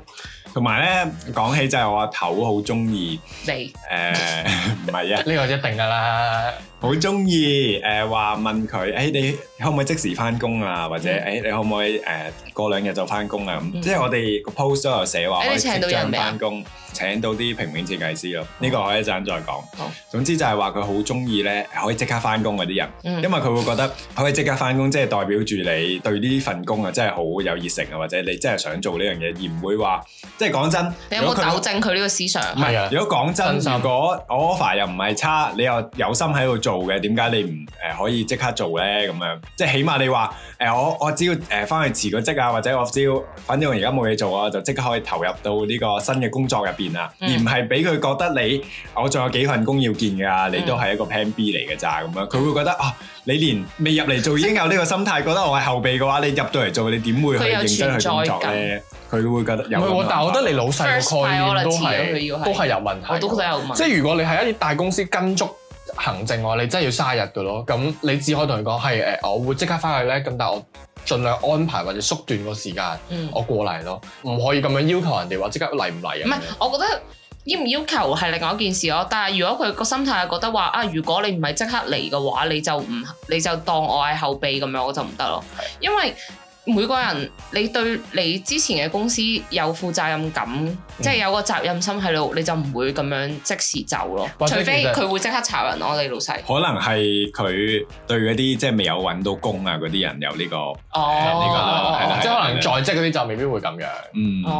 Speaker 2: 同埋咧，講起就係我阿頭好中意
Speaker 1: 你
Speaker 2: 誒，唔係啊，
Speaker 3: 呢個一定㗎啦，
Speaker 2: 好中意誒話問佢，誒你可唔可以即時翻工啊？或者
Speaker 1: 嗯
Speaker 2: 誒你可唔可以誒過兩日就翻工啊？咁
Speaker 1: 嗯
Speaker 2: 即係我哋個 post 都有寫話，
Speaker 1: 誒
Speaker 2: 我
Speaker 1: 你請
Speaker 2: 哋
Speaker 1: 到
Speaker 2: 即
Speaker 1: 人
Speaker 2: 將
Speaker 1: 未啊
Speaker 2: 翻工，請到啲平面設計師咯。呢個我一陣再講
Speaker 1: 好。
Speaker 2: 總之就係話佢好中意咧，可以即刻翻工嗰啲人。因
Speaker 1: 嗯
Speaker 2: 為佢會覺得可以即刻翻工，即係代表住你對呢份工啊，真係好有熱誠啊，或者你真係想做呢樣嘢，而唔會話即係講真，
Speaker 1: 你有冇
Speaker 2: 如果佢
Speaker 1: 糾正佢呢個思想？
Speaker 3: 唔係啊，
Speaker 2: 如果講真，
Speaker 3: 真心
Speaker 2: 如果我 offer 又唔係差，你又有心喺度做嘅，點解你唔誒、可以即刻做咧？咁樣即係起碼你話誒、我我只要誒翻、去辭個職啊，或者我只要反正我而家冇嘢做啊，我就即刻可以投入到呢個新嘅工作入邊啊，
Speaker 1: 嗯
Speaker 2: 而唔係俾佢覺得你我仲有幾份工要見㗎，你都係一個 plan B 嚟㗎咋咁樣，佢會覺得啊，你連未入嚟做已經有呢個心態，覺得我係後備嘅話，你入到嚟做，你點會去
Speaker 1: 佢有
Speaker 2: 認真去工作咧？佢會覺得有
Speaker 3: 唔係
Speaker 2: 咁諗，
Speaker 3: 喎但係我覺
Speaker 2: 法
Speaker 3: 得你老細個概念都
Speaker 1: First priority 啊咯佢要
Speaker 3: 係
Speaker 1: 係
Speaker 3: 都係有問題
Speaker 1: 我都覺
Speaker 3: 㗎。
Speaker 1: 得有問
Speaker 3: 即
Speaker 1: 題。
Speaker 3: 係如果你係一啲大公司跟足行政我，你真係要嘥日㗎咯。咁你只可以同佢講係誒，我會即刻翻去咧，咁但係我盡量安排或者縮短個時間，
Speaker 1: 嗯
Speaker 3: 我過嚟咯，唔可以咁樣要求人哋話即刻嚟唔嚟
Speaker 1: 唔
Speaker 3: 啊
Speaker 1: 係？，我覺得要唔要求係另外一件事咯。但係如果佢個心態係覺得話啊，如果你唔係即刻嚟嘅話，你就唔你就當我係後備咁樣，我就唔得咯。因為每個人你對你之前嘅公司有負責任感，
Speaker 2: 嗯
Speaker 1: 即係有個責任心喺度，你就唔會咁樣即時走咯。
Speaker 3: 或
Speaker 1: 除
Speaker 3: 者
Speaker 1: 非
Speaker 3: 其實
Speaker 1: 佢會即刻炒人咯，你老細。
Speaker 2: 可能係佢對嗰啲即係未有揾到工啊嗰啲人有呢個，呢個啦係
Speaker 1: 哦，
Speaker 2: 啦
Speaker 3: 即係可能在職嗰啲就未必會咁樣。
Speaker 2: 嗯，
Speaker 1: 哦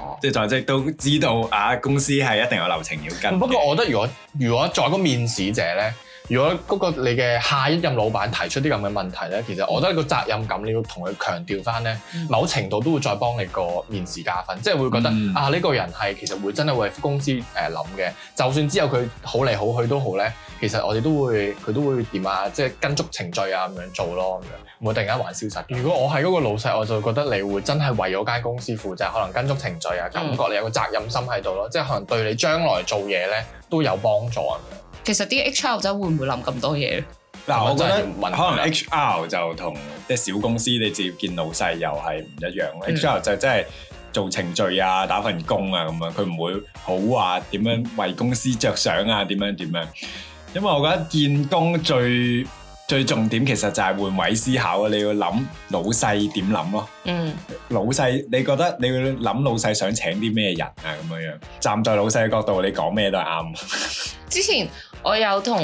Speaker 1: 哦，
Speaker 2: 即係在職都知道啊，公司係一定有流程要跟嘅。
Speaker 3: 不過我覺得如果如果作為一個面試者咧，如果嗰個你嘅下一任老闆提出啲咁嘅問題咧，其實我覺得個責任感你要同佢強調翻咧，
Speaker 1: 嗯
Speaker 3: 某程度都會再幫你個面試加分，即係會覺得、
Speaker 2: 嗯
Speaker 3: 啊呢、個人係其實會真係會為公司誒諗嘅，就算之後佢好嚟好去都好咧，其實我哋都會佢都會點啊，即係跟足程序啊咁樣做咯咁樣，唔會突然間玩消失。如果我係嗰個老細，我就覺得你會真係為咗間公司負責，可能跟足程序啊，感覺你有個責任心喺度咯，即係可能對你將來做嘢咧都有幫助啊咁樣。
Speaker 1: 其實啲 HR 仔會唔會諗咁多嘢咧？
Speaker 2: 嗱，我覺得
Speaker 3: 真係要
Speaker 2: 可
Speaker 3: 問佢啦
Speaker 2: 能 HR 就同即係小公司你直接見老細又係唔一樣。
Speaker 1: 嗯
Speaker 2: HR 就真係做程序啊、打份工啊咁樣，佢唔會好話點樣為公司着想啊、點樣點樣。因為我覺得見工最最重點其實就係換位思考啊，你要諗老細點諗咯。
Speaker 1: 嗯，
Speaker 2: 老細，你覺得你要諗老細想請啲咩人啊？咁樣樣，站在老細嘅角度，你講咩都係啱。
Speaker 1: 之前我有同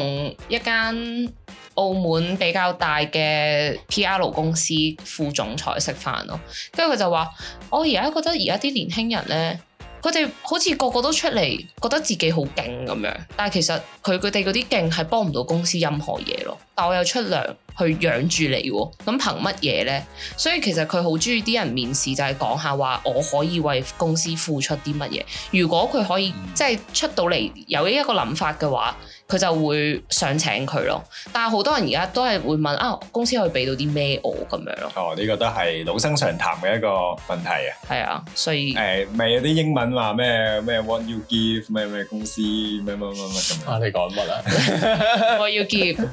Speaker 1: 一間澳門比較大嘅 PR 公司副總裁食飯咯，跟住佢就話：我而家覺得而家啲年輕人呢，佢哋好似個個都出嚟覺得自己好勁咁樣，但係其實佢佢哋嗰啲勁係幫唔到公司任何嘢咯。但我有出糧去養住你喎，咁憑乜嘢呢？所以其實佢好中意啲人面試就係講下話，我可以為公司付出啲乜嘢。如果佢可以
Speaker 2: 嗯
Speaker 1: 即係出到嚟有呢一個諗法嘅話，佢就會想請佢咯。但係好多人而家都係會問啊，公司可以俾到啲咩我咁樣咯，
Speaker 2: 哦，呢個都係老生常談嘅一個問題啊。
Speaker 1: 係啊，所以
Speaker 2: 誒，咪有啲英文話咩咩 what you give 咩咩公司咩乜乜乜咁樣。
Speaker 3: 啊，你講乜 啊？
Speaker 1: 我要結。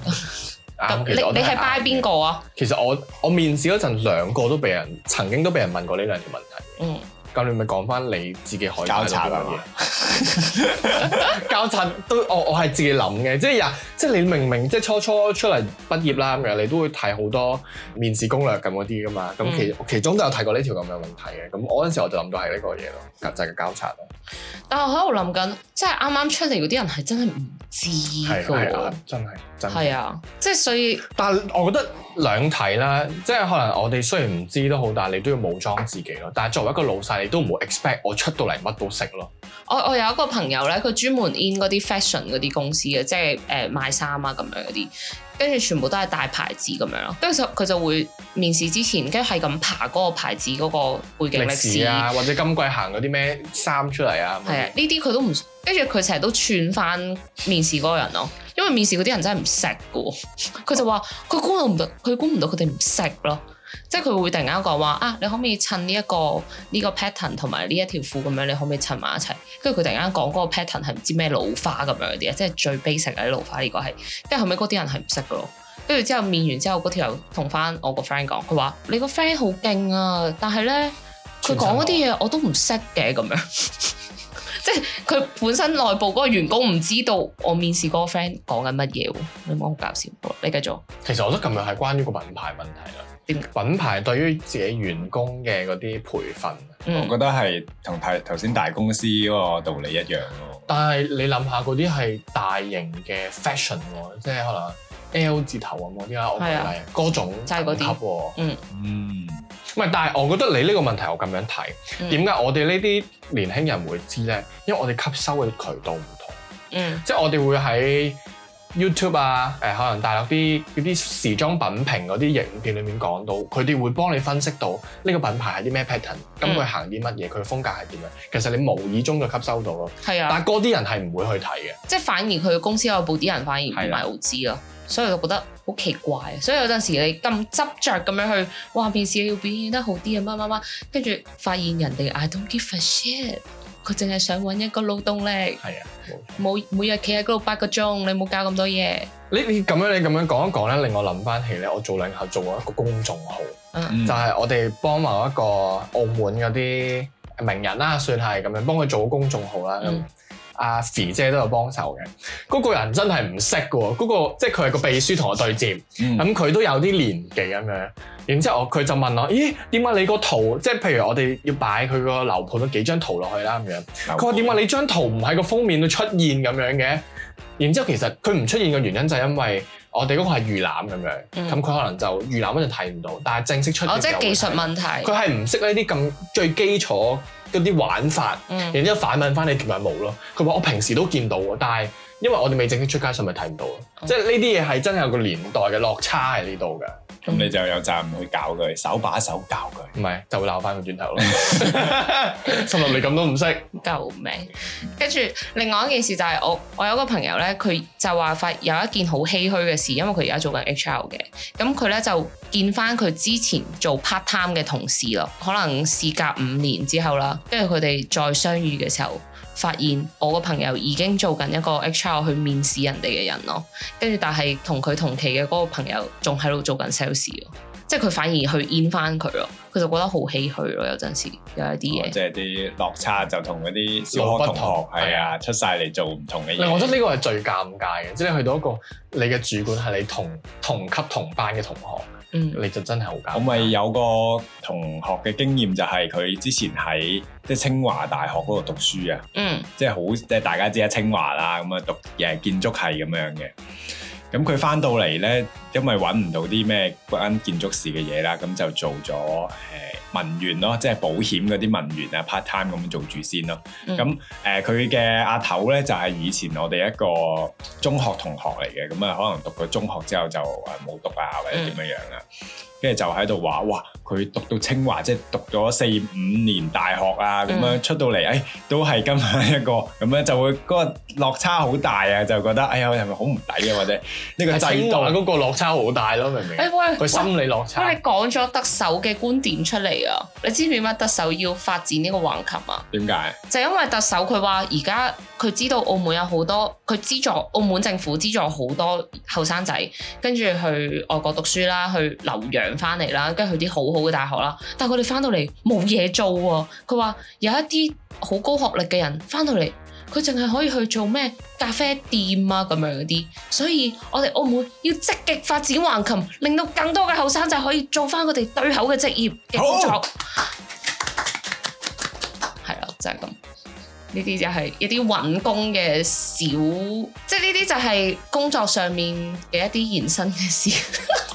Speaker 1: 咁
Speaker 3: 啱，
Speaker 1: 你
Speaker 3: 其實我都
Speaker 1: 你係
Speaker 3: 啱
Speaker 1: buy 邊個啊？
Speaker 3: 其實我我面試嗰陣兩個都俾人曾經都俾人問過呢兩條問題。
Speaker 1: 嗯，
Speaker 3: 咁你咪講翻你自己可以
Speaker 2: 交叉
Speaker 3: 嘅
Speaker 2: 啦嘛
Speaker 3: 嘢。 交叉都我我係自己諗嘅，即係呀，即係你明明即係初初出嚟畢業啦咁樣，你都會睇好多面試攻略咁嗰啲噶嘛。咁其、其中都有提過呢條咁嘅問題嘅。咁我嗰陣時我就諗到係呢個嘢咯，就係、個交叉咯。
Speaker 1: 但係我喺度諗緊，即係啱啱出嚟嗰啲人係真係唔知㗎
Speaker 3: 係係啊
Speaker 1: 喎，，
Speaker 3: 真係真係。
Speaker 1: 係啊，即係所以
Speaker 3: 但我覺得兩睇啦，即係可能我哋雖然唔知都好，但係你都要武裝自己咯。但係作為一個老細，你都唔會 expect 我出到嚟乜都識咯。
Speaker 1: 我我有一個朋友咧，佢專門 in 嗰啲 fashion 嗰啲公司嘅，即係誒、呃、賣衫啊咁樣嗰啲，跟住全部都係大牌子咁樣咯。跟住就佢就會面試之前，跟住係咁爬嗰個牌子嗰個背景
Speaker 3: 歷
Speaker 1: 歷史
Speaker 3: 史啊，或者今季行嗰啲咩衫出嚟啊，
Speaker 1: 係啊，呢啲佢都唔，跟住佢成日都串翻面試嗰個人咯，因為面試嗰啲人真係唔識嘅喎， 佢就話佢估唔到，佢估唔到佢哋唔識咯，即係佢會突然間講話啊，你可唔可以襯呢一個呢、個 pattern 同埋呢一條褲咁樣，你可唔可以襯埋一齊？跟住佢突然間講嗰個 pattern 係唔知咩老花咁樣嗰啲啊，即係最 basic 嘅老花呢個係，跟住後尾嗰啲人係唔識嘅咯。跟住之後面完之後，嗰條友同翻我個 friend 講，佢話你個 friend 好勁啊，但係咧佢講嗰啲嘢我都唔識嘅咁樣。 即係佢本身內部嗰個員工唔知道我面試嗰個 friend 講緊乜嘢喎，你冇好搞笑。嗯好你繼續，
Speaker 3: 其實我覺得咁樣係關於個品牌問題啦。
Speaker 1: 點
Speaker 3: 品牌對於自己員工嘅嗰啲培訓，
Speaker 2: 我
Speaker 1: 嗯，
Speaker 2: 覺得係同睇頭先大公司嗰個道理一樣咯。
Speaker 3: 但係你諗下嗰啲係大型嘅 fashion 喎，即係可能 L 字頭咁嗰啲啦，我舉
Speaker 1: 係啊
Speaker 3: 例嗰種
Speaker 1: 就係嗰啲
Speaker 3: 等級喎。
Speaker 2: 嗯，
Speaker 3: 唔係，但係我覺得你呢個問題我咁樣睇，
Speaker 1: 嗯
Speaker 3: 點解、我哋呢啲年輕人會知咧？因為我哋吸收嘅渠道唔同，
Speaker 1: 嗯，
Speaker 3: 即係我哋會喺 YouTube 啊，誒、可能大陸啲嗰啲時裝品評嗰啲影片裏面講到，佢哋會幫你分析到呢個品牌係啲咩 pattern，咁
Speaker 1: 嗯
Speaker 3: 佢行啲乜嘢，佢嘅風格係點樣。其實你無意中就吸收到咯，
Speaker 1: 係啊
Speaker 3: 但，係嗰啲人係唔會去睇嘅。
Speaker 1: 即係反而佢公司內部啲人反而唔
Speaker 3: 係
Speaker 1: 係
Speaker 3: 啦
Speaker 1: 好知啊，所以我就覺得好奇怪啊。所以有陣時你咁執着咁樣去，哇面試要表現得好啲啊，乜乜乜，跟住發現人哋 I don't give a shit，佢淨係想揾一個勞動力，
Speaker 3: 係啊，冇錯
Speaker 1: 冇每日企喺嗰度八個鐘，你冇搞咁多嘢，
Speaker 3: 你你咁樣你咁樣講一講咧，令我諗翻起咧，我早兩下做過一個公眾號。
Speaker 1: 嗯
Speaker 2: 嗯
Speaker 3: 就係我哋幫某一個澳門嗰啲名人啦，算係咁樣幫佢做公眾號啦。咁
Speaker 1: 嗯
Speaker 3: 阿肥姐都有幫手嘅，嗰、個人真係唔識嘅喎，嗰、個即係佢係個秘書同我對接，
Speaker 2: 嗯
Speaker 3: 咁佢、都有啲年紀咁樣。然之後我佢就問我：咦，點解你個圖即係譬如我哋要擺佢個樓盤嗰幾張圖落去啦咁樣？
Speaker 1: 哦
Speaker 3: 佢話點解你張圖唔喺個封面度出現咁樣嘅？然之後其實佢唔出現嘅原因就係因為我哋嗰個係預覽咁樣，咁佢、
Speaker 1: 嗯
Speaker 3: 可能就預覽嗰陣睇唔到，但係正式出
Speaker 1: 哦，
Speaker 3: 現
Speaker 1: 即
Speaker 3: 就
Speaker 1: 係
Speaker 3: 會
Speaker 1: 技術
Speaker 3: 睇
Speaker 1: 問題
Speaker 3: 佢，係唔識呢啲咁最基礎嗰啲玩法，
Speaker 1: 嗯。
Speaker 3: 然之後反問翻你點解冇咯？佢話我平時都見到喎，但係因為我哋未正式出街，所以咪睇唔到咯。
Speaker 1: 嗯
Speaker 3: 即係呢啲嘢係真係有個年代嘅落差喺呢度㗎，
Speaker 2: 咁你就有責任去教佢，手把手教佢。
Speaker 3: 唔係就會鬧翻個轉頭咯。 心諗你咁都唔識，
Speaker 1: 救命！跟住另外一件事就係我我有個朋友咧，佢就話發有一件好唏噓嘅事，因為佢而家做緊 HR 嘅，咁佢咧就見翻佢之前做 part time 嘅同事咯，可能事隔五年之後啦，跟住佢哋再相遇嘅時候。發現我個朋友已經做緊一個 HR 去面試人哋嘅人咯，跟住但係同佢同期嘅嗰個朋友仲喺度做緊 sales 咯，即係佢反而去 in 翻佢咯，佢就覺得好唏噓咯，有陣時有一啲嘢
Speaker 2: 哦。即係啲落差就同嗰啲小學同學
Speaker 3: 路不同
Speaker 2: 係啊，出晒嚟做唔同嘅嘢。
Speaker 3: 我覺得呢個係最尷尬嘅，即係你去到一個你嘅主管係你同同級同班嘅同學，
Speaker 1: 嗯。
Speaker 3: 你就真係好
Speaker 2: 我
Speaker 3: 尷
Speaker 2: 咪
Speaker 3: 尬。
Speaker 2: 有個同學嘅經驗就係佢之前喺即係清華大學嗰度讀書啊，
Speaker 1: 嗯
Speaker 2: 即係好即係大家知啊清華啦，咁啊讀誒建築系咁樣嘅。咁佢翻到嚟咧，因為揾唔到啲咩關建築事嘅嘢啦，咁就做咗誒、呃文員咯，即係保險嗰啲文員啊 part time 咁樣做住先咯。
Speaker 1: 嗯
Speaker 2: 咁誒呃佢嘅阿頭咧就係、以前我哋一個中學同學嚟嘅，咁啊可能讀咗中學之後就誒冇讀啊或者點樣樣啊，
Speaker 3: 嗯
Speaker 2: 跟住、就喺度話哇佢讀到清華即係讀咗四五年大學啊，咁
Speaker 3: 嗯
Speaker 2: 樣出到嚟誒、哎都係今晚一個咁樣就會嗰、個落差好大啊，就覺得哎呀係咪好唔抵啊或者呢個
Speaker 3: 係
Speaker 2: 制
Speaker 3: 清
Speaker 2: 度
Speaker 3: 華嗰個落差好大咯，明唔明？啊
Speaker 1: 哎喂，
Speaker 3: 佢心理落
Speaker 1: 喂，
Speaker 3: 差
Speaker 1: 你。講咗特首嘅觀點出嚟啊！你知唔知點解特首要發展呢個橫琴啊？
Speaker 2: 點解？
Speaker 1: 就因為特首佢話而家佢知道澳門有好多，佢資助澳門政府資助好多後生仔，跟住去外國讀書啦，去留洋翻嚟啦，跟住去啲好好嘅大學啦，但係佢哋翻到嚟冇嘢做喎。佢話有一啲好高學歷嘅人翻到嚟，佢淨係可以去做咩咖啡店啊咁樣嗰啲。所以我哋澳門要積極發展橫琴，令到更多嘅後生仔可以做翻佢哋對口嘅職業嘅工作。係啦，就係咁。呢啲就係一啲揾工嘅小，即係呢啲就係工作上面嘅一啲延伸嘅事。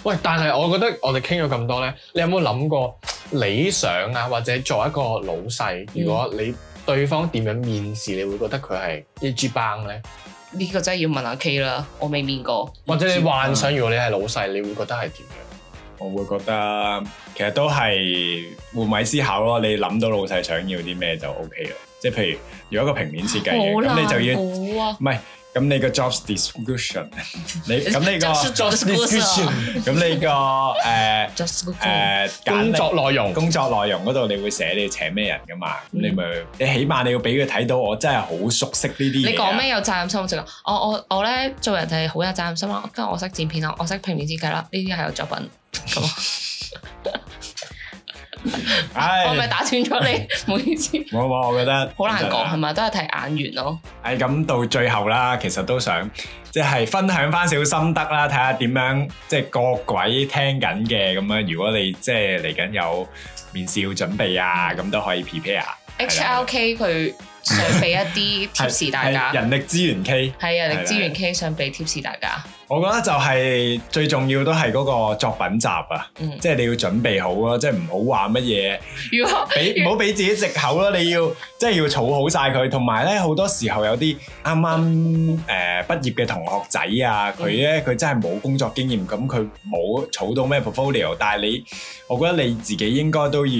Speaker 3: 喂，但係我覺得我哋傾咗咁多咧，你有冇諗過理想啊？或者作為一個老細，如果
Speaker 1: 嗯
Speaker 3: 你對方點樣面試，你會覺得佢係一 G 棒咧？
Speaker 1: 呢個真係要問阿 K 啦，我未面過。
Speaker 3: 或者你幻想如果你係老細，你會覺得係點樣？
Speaker 2: 我會覺得其實都係換位思考咯。你諗到老細想要啲咩就 O K 咯。即係譬如如果一個平面設計嘅，咁你就要唔
Speaker 1: 要啊！
Speaker 2: 係咁你個 job description，你 咁你個
Speaker 1: Job description
Speaker 2: 咁你個 誒
Speaker 1: Just good call
Speaker 2: 誒簡
Speaker 3: 工
Speaker 2: 歷
Speaker 3: 作內容
Speaker 2: 工作內容嗰度，你會寫你請咩人噶嘛？咁你咪你起碼你要俾佢睇到我真係好熟悉呢啲嘢啊。
Speaker 1: 你講咩有責任心？我直講，我我我咧做人係好有責任心啦。跟住我識剪片啦，啊我識平面設計啦，呢啲係有作品。咁
Speaker 2: 唉？
Speaker 1: 我咪打斷咗你，唔好意思。
Speaker 2: 冇冇，我覺得
Speaker 1: 好難講係咪？都係睇眼緣咯。
Speaker 2: 係咁到最後啦，其實都想即係分享翻少心得啦，睇下點樣即係各位聽緊嘅咁樣。如果你即係嚟緊有面試要準備啊，咁都可以 prepare 係
Speaker 1: H
Speaker 2: 啦
Speaker 1: L K 佢想俾一啲 tips
Speaker 2: 係。
Speaker 1: 大家
Speaker 2: 係，人力資源 K，
Speaker 1: 係啊，力資源
Speaker 2: 係
Speaker 1: K 想俾 tips 大家。
Speaker 2: 我覺得就係最重要都係嗰個作品集啊，
Speaker 1: 嗯
Speaker 2: 即係你要準備好咯，即係唔好話乜嘢。
Speaker 1: 如果
Speaker 2: 俾唔好俾自己藉口啦，你要即係要儲好晒佢，同埋咧好多時候有啲啱啱誒畢業嘅同學仔啊，佢
Speaker 1: 嗯
Speaker 2: 咧佢真係冇工作經驗，咁佢冇儲到咩 portfolio，但係你，我覺得你自己應該都要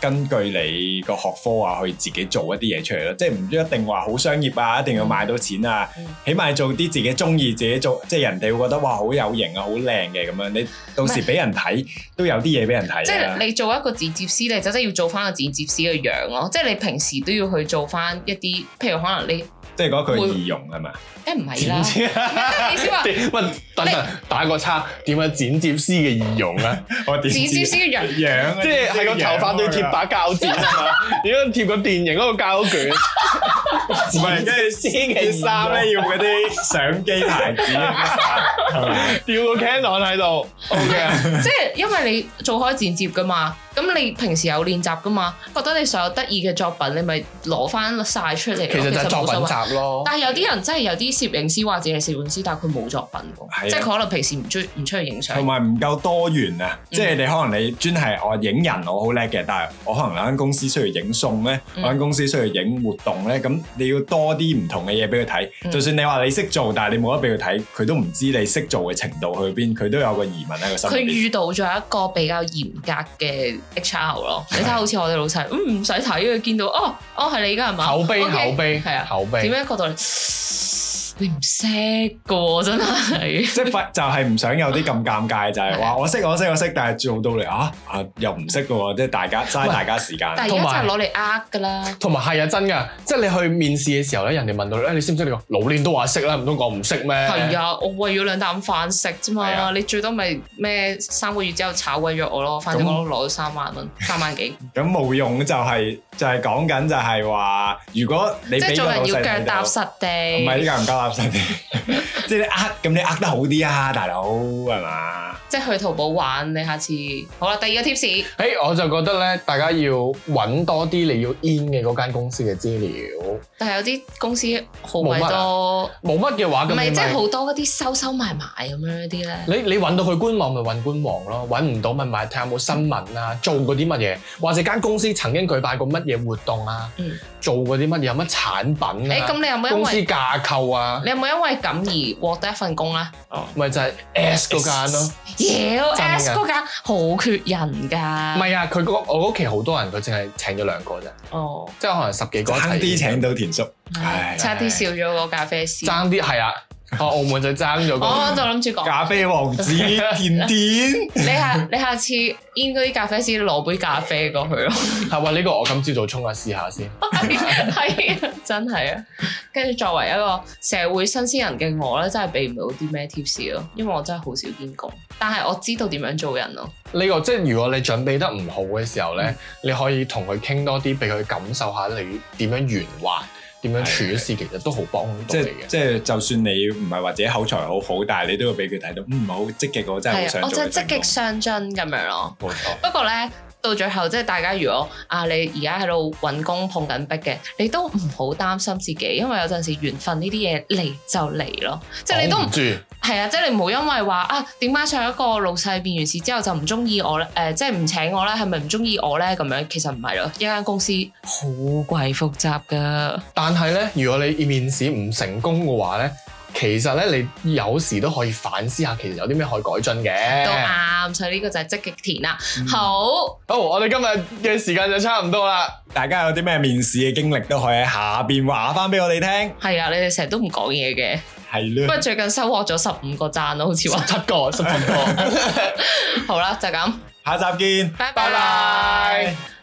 Speaker 2: 根據你個學科啊，去自己做一啲嘢出嚟咯，即係唔一定話好商業啊，一定要賣到錢啊，
Speaker 1: 嗯
Speaker 2: 起碼做啲自己中意、自己做，即係人哋會覺得哇好有型啊，好靚嘅咁樣，你到時俾人睇都有啲嘢俾人睇啊。
Speaker 1: 即係你做一個剪接師，你就真係要做翻個剪接師嘅樣咯。即係你平時都要去做翻一啲，譬如可能你，
Speaker 2: 即係嗰句
Speaker 1: 會
Speaker 2: 易容係嘛？
Speaker 1: 梗唔係啦， 即
Speaker 3: 接
Speaker 1: 係你先 話
Speaker 3: 喂，等陣打個叉，點樣剪接師嘅儀容 啊？
Speaker 2: 我點知
Speaker 1: 剪接師嘅樣。
Speaker 2: 樣啊，
Speaker 3: 即係係個頭髮都要貼把鉸剪啊嘛，如果貼個電影嗰個膠 卷，
Speaker 2: 唔係跟住啲衫咧要嗰啲相機牌子嘅
Speaker 3: 吊個 Canon 喺度 ，OK 啊？
Speaker 1: 即係因為你做開剪接噶嘛，咁你平時有練習噶嘛，覺得你所有得意嘅作品，你咪攞翻晒出嚟咯。
Speaker 3: 其實就係作
Speaker 1: 冇所謂
Speaker 3: 品集咯。
Speaker 1: 但係有啲人真係有啲攝影師或者係攝影師，但係佢冇作品喎，
Speaker 2: 係啊
Speaker 1: 即係佢可能平時唔中唔出去影相
Speaker 2: 同。埋唔夠多元啊！即係你可能你專係我影人我好叻嘅，但係我可能有間公司需要影餸咧，
Speaker 1: 嗯
Speaker 2: 我間公司需要影活動咧，咁你要多啲唔同嘅嘢俾佢睇。
Speaker 1: 嗯
Speaker 2: 就算你話你識做，但係你冇得俾佢睇，佢都唔知你識做嘅程度去邊，佢都有個疑問喺個心
Speaker 1: 佢
Speaker 2: 裏邊。
Speaker 1: 遇到咗一個比較嚴格嘅 HR 咯，你睇下好似我哋老細，嗯唔使睇佢見到哦哦係你㗎係嘛？
Speaker 3: 口碑
Speaker 1: OK，
Speaker 3: 口碑
Speaker 1: 係啊，
Speaker 3: 口碑
Speaker 1: 點樣角度嚟？你唔識㗎喎，真係。
Speaker 2: 即係發就係唔想有啲咁尷尬，就係
Speaker 1: 係啊
Speaker 2: 話我識我識我識，但係做到嚟啊啊又唔識嘅喎，即係大家嘥大家時間。
Speaker 1: 但係
Speaker 3: 同
Speaker 1: 而
Speaker 3: 埋
Speaker 1: 家真係攞嚟呃㗎啦，
Speaker 3: 同埋係啊，真㗎，即係你去面試嘅時候咧，人哋問到你，誒你識唔識？你話老練都話識啦，唔通講唔識咩？
Speaker 1: 係啊，我為咗兩啖飯食啫
Speaker 3: 係啊
Speaker 1: 嘛，你最多咪咩三個月之後炒鬼咗我咯，反正我都攞咗三萬蚊，三萬 幾，
Speaker 2: 咁冇用就係、就係講緊就係話，如果你
Speaker 1: 即
Speaker 2: 俾
Speaker 1: 係
Speaker 2: 個
Speaker 1: 做
Speaker 2: 老
Speaker 1: 人要
Speaker 2: 細
Speaker 1: 腳
Speaker 2: 睇到
Speaker 1: 踏，實
Speaker 2: 唔係呢
Speaker 1: 地，
Speaker 2: 個唔夠垃 圾嘅，即係你呃咁你呃得好啲啊，大佬係嘛？
Speaker 1: 即係去淘寶玩，你下次好啦，第二個 tips。
Speaker 3: 誒、我就覺得咧，大家要揾多啲你要 in 嘅嗰間公司嘅資料。
Speaker 1: 但係有啲公司好
Speaker 3: 冇
Speaker 1: 鬼
Speaker 3: 乜啊
Speaker 1: 多，
Speaker 3: 冇乜嘅話，
Speaker 1: 唔
Speaker 3: 咁你
Speaker 1: 係即係
Speaker 3: 咪
Speaker 1: 好多嗰啲收收埋埋咁樣嗰啲咧。
Speaker 3: 你你揾到佢官網咪揾官網咯，揾唔到咪咪睇下有冇新聞啊，做過啲乜嘢，或者間公司曾經舉辦過乜嘢活動啊，
Speaker 1: 嗯
Speaker 3: 做過啲乜嘢，有乜產品
Speaker 1: 誒
Speaker 3: 啊，
Speaker 1: 咁你有冇因
Speaker 3: 公司
Speaker 1: 為
Speaker 3: 架構啊，
Speaker 1: 你有冇因為咁而獲得一份工啊咧？
Speaker 3: 咪就係 S 嗰間咯。
Speaker 1: 妖
Speaker 3: 真㗎
Speaker 1: S 嗰間好缺人
Speaker 3: 唔
Speaker 1: 㗎。
Speaker 3: 係啊，佢嗰我嗰期好多人，佢淨係請咗兩個啫，
Speaker 1: 哦，
Speaker 3: 即係可能十幾個一齊
Speaker 2: 爭啲請到田叔，唉，
Speaker 1: 差啲笑咗個咖啡師。
Speaker 3: 爭啲係啊，我澳門就爭咗
Speaker 1: 我啱啱
Speaker 3: 個。
Speaker 1: 就諗住講，
Speaker 2: 咖啡王 子田田。
Speaker 1: 你下你下次 in 嗰啲咖啡師攞杯咖啡過去咯。
Speaker 3: 係話呢個我今朝早沖下試下先。
Speaker 1: 係啊，真係啊，跟住作為一個社會新鮮人嘅我咧，真係俾唔到啲咩 tips 咯，因為我真係好少見工，但係我知道點樣做人咯。
Speaker 3: 呢個即係如果你準備得唔好嘅時候咧，
Speaker 1: 嗯
Speaker 3: 你可以同佢傾多啲，俾佢感受下你點樣圓滑，點樣處事，其實都好幫到
Speaker 2: 即
Speaker 3: 你
Speaker 2: 係
Speaker 3: 嘅。
Speaker 2: 即係，就算你唔係或者口才好好，但係你都會俾佢睇到，嗯，好積極，我真係好
Speaker 1: 係啊，
Speaker 2: 想
Speaker 1: 我
Speaker 2: 做
Speaker 1: 真
Speaker 2: 嘅
Speaker 1: 係積極上進咁樣咯。
Speaker 3: 冇錯，
Speaker 1: 不過咧，到最後即係大家如果啊，你而家喺度揾工碰緊壁嘅，你都唔好擔心自己，因為有陣時緣分呢啲嘢嚟就嚟咯，即係你都
Speaker 3: 擋
Speaker 1: 唔
Speaker 3: 唔住。
Speaker 1: 係啊，即係你唔好因為話啊，點解上一個老細面完試之後就唔中意我咧？誒、即係唔請我咧，係咪唔中意我咧？咁樣其實唔係咯，一間公司好鬼複雜噶，
Speaker 3: 但係咧，如果你面試唔成功嘅話咧，其實咧你有時都可以反思下，其實有啲咩可以改進嘅。
Speaker 1: 都啱，所以呢個就係積極填啦。
Speaker 2: 嗯
Speaker 1: 好，
Speaker 3: 好，我哋今日嘅時間就差唔多啦。
Speaker 2: 大家有啲咩面試嘅經歷都可以喺下邊話翻俾我哋聽，
Speaker 1: 係啊，你哋成日都唔講嘢嘅，
Speaker 2: 係
Speaker 1: 不
Speaker 2: 咯
Speaker 1: 過。最近收穫咗十五個讚咯，好似
Speaker 3: 十
Speaker 1: 話。
Speaker 3: 七個，十七個。
Speaker 1: 好啦，就咁，
Speaker 2: 下集見，
Speaker 1: 拜
Speaker 3: 拜拜。